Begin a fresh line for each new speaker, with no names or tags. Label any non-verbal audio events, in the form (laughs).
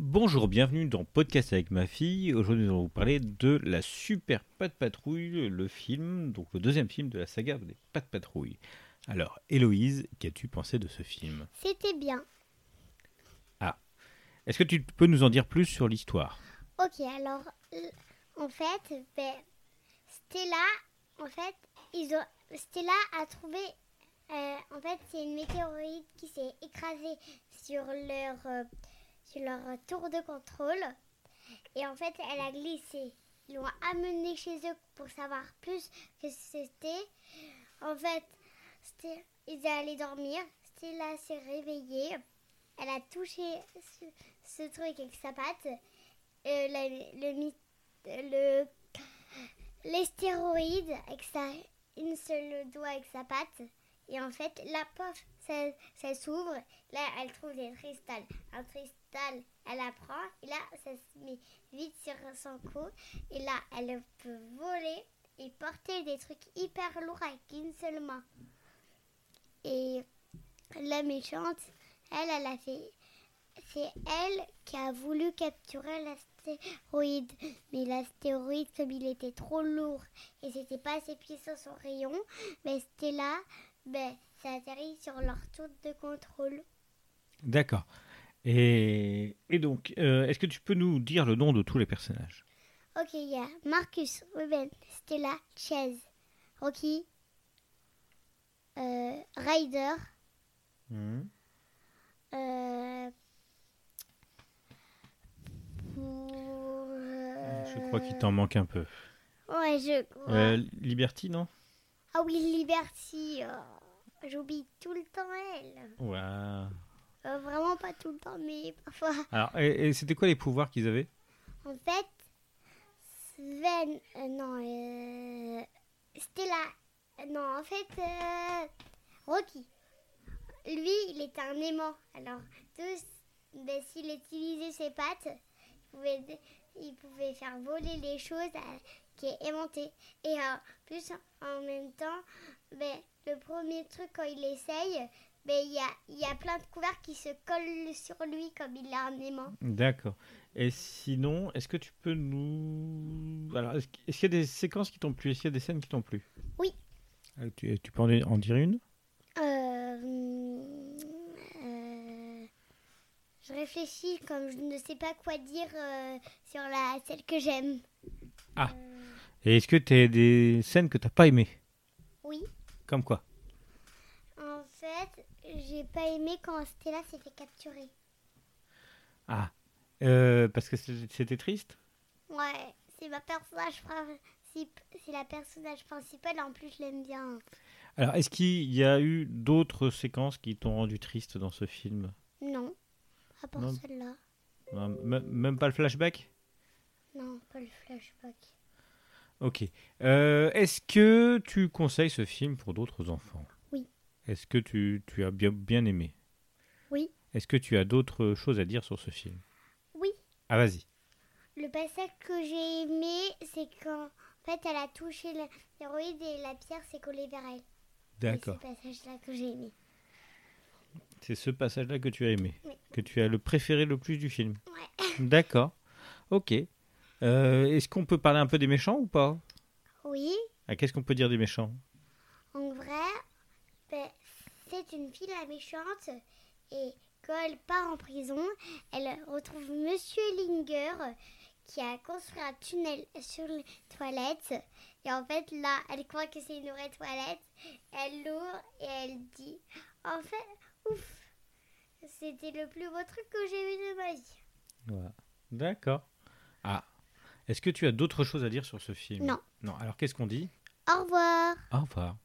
Bonjour, bienvenue dans Podcast avec ma fille. Aujourd'hui, nous allons vous parler de la super Pat Patrouille, le film, donc le deuxième film de la saga des Pat Patrouille. Alors, Héloïse, qu'as-tu pensé de ce film
C'était bien.
Est-ce que tu peux nous en dire plus sur l'histoire
Ok, alors, l- en fait, ben, Stella, en fait, ils ont, Stella a trouvé, euh, en fait, c'est une météorite qui s'est écrasée sur leur, euh, sur leur tour de contrôle. Et en fait, elle a glissé. Ils l'ont amenée chez eux pour savoir plus que c'était. En fait, Ste- ils allaient dormir. Stella s'est réveillée. Elle a touché ce, ce truc avec sa patte. Euh, la- le, mi- le- les stéroïdes avec sa, une seule doigt avec sa patte. Et en fait, la pof, ça, ça s'ouvre. Là, elle trouve des cristals. Un cristal, elle apprend. Et là, ça se met vite sur son cou. Et là, elle peut voler et porter des trucs hyper lourds avec une seule main. Et la méchante, elle, elle a fait c'est elle qui a voulu capturer l'astéroïde. Mais l'astéroïde, comme il était trop lourd et c'était pas assez puissant son rayon, mais c'était là, ben, ça atterrit sur leur tour de contrôle.
D'accord. Et, et donc, euh, est-ce que tu peux nous dire le nom de tous les personnages
Ok, il y a Marcus, Ruben, Stella, Chase, Rocky, euh, Ryder,
Hmm.
euh,
Je crois qu'il t'en manque un peu.
euh, Ouais, je crois.
Euh, Liberty, non
Ah oui, Liberty. oh, J'oublie tout le temps elle.
Ouais.
Euh, vraiment pas tout le temps, mais parfois.
Alors, et, et c'était quoi les pouvoirs qu'ils avaient
En fait, Sven. euh, non, euh, Stella. euh, Non, en fait, euh, Rocky. Lui, il était un aimant. Alors, tous, ben, s'il utilisait ses pattes, il pouvait, il pouvait faire voler les choses euh, qui est aimanté. Et en plus, en même temps, ben, le premier truc, quand il essaye, ben, il y, a, il y a plein de couverts qui se collent sur lui comme il a un aimant.
D'accord. Et sinon, est-ce que tu peux nous. Alors, est-ce qu'- est-ce qu'il y a des séquences qui t'ont plu Est-ce qu'il y a des scènes qui t'ont plu
Oui.
Euh, Tu, tu peux en, en dire une
Euh, hum, euh, je réfléchis comme je ne sais pas quoi dire euh, sur la celle que j'aime.
Ah.
Euh,
Et est-ce que tu as des scènes que t'as pas aimées
oui.
Comme quoi
En fait, j'ai pas aimé quand Stella s'est fait capturer.
Ah. Euh, parce que c'est- c'était triste
Ouais, c'est ma personnage principe, c'est la personnage principale. En plus, je l'aime bien.
Alors, est-ce qu'il y a eu d'autres séquences qui t'ont rendu triste dans ce film
Non, à part
Non.
celle-là.
Non, m- Même pas le flashback
Non, pas le flashback.
Ok. Euh, Est-ce que tu conseilles ce film pour d'autres enfants
Oui.
Est-ce que tu, tu as bien, bien aimé
Oui.
Est-ce que tu as d'autres choses à dire sur ce film
Oui.
Ah, vas-y.
Le passage que j'ai aimé, c'est quand en fait elle a touché la- l'héroïde et la pierre s'est collée vers elle.
D'accord.
C'est ce passage-là que j'ai aimé.
C'est ce passage-là que tu as aimé,
Oui.
que tu as le préféré le plus du film.
Ouais. (laughs)
D'accord. Ok. Euh, Est-ce qu'on peut parler un peu des méchants ou pas
Oui,
Ah, Qu'est-ce qu'on peut dire des méchants
en vrai, ben, c'est une fille la méchante et quand elle part en prison, elle retrouve Monsieur Linger euh, qui a construit un tunnel sur les toilettes. Et en fait, là, elle croit que c'est une vraie toilette. Elle l'ouvre et elle dit En fait, ouf, c'était le plus beau truc que j'ai eu de ma vie.
Voilà. D'accord. Ah. Est-ce que tu as d'autres choses à dire sur ce film
Non.
Non. Alors qu'est-ce qu'on dit
Au revoir
Au revoir.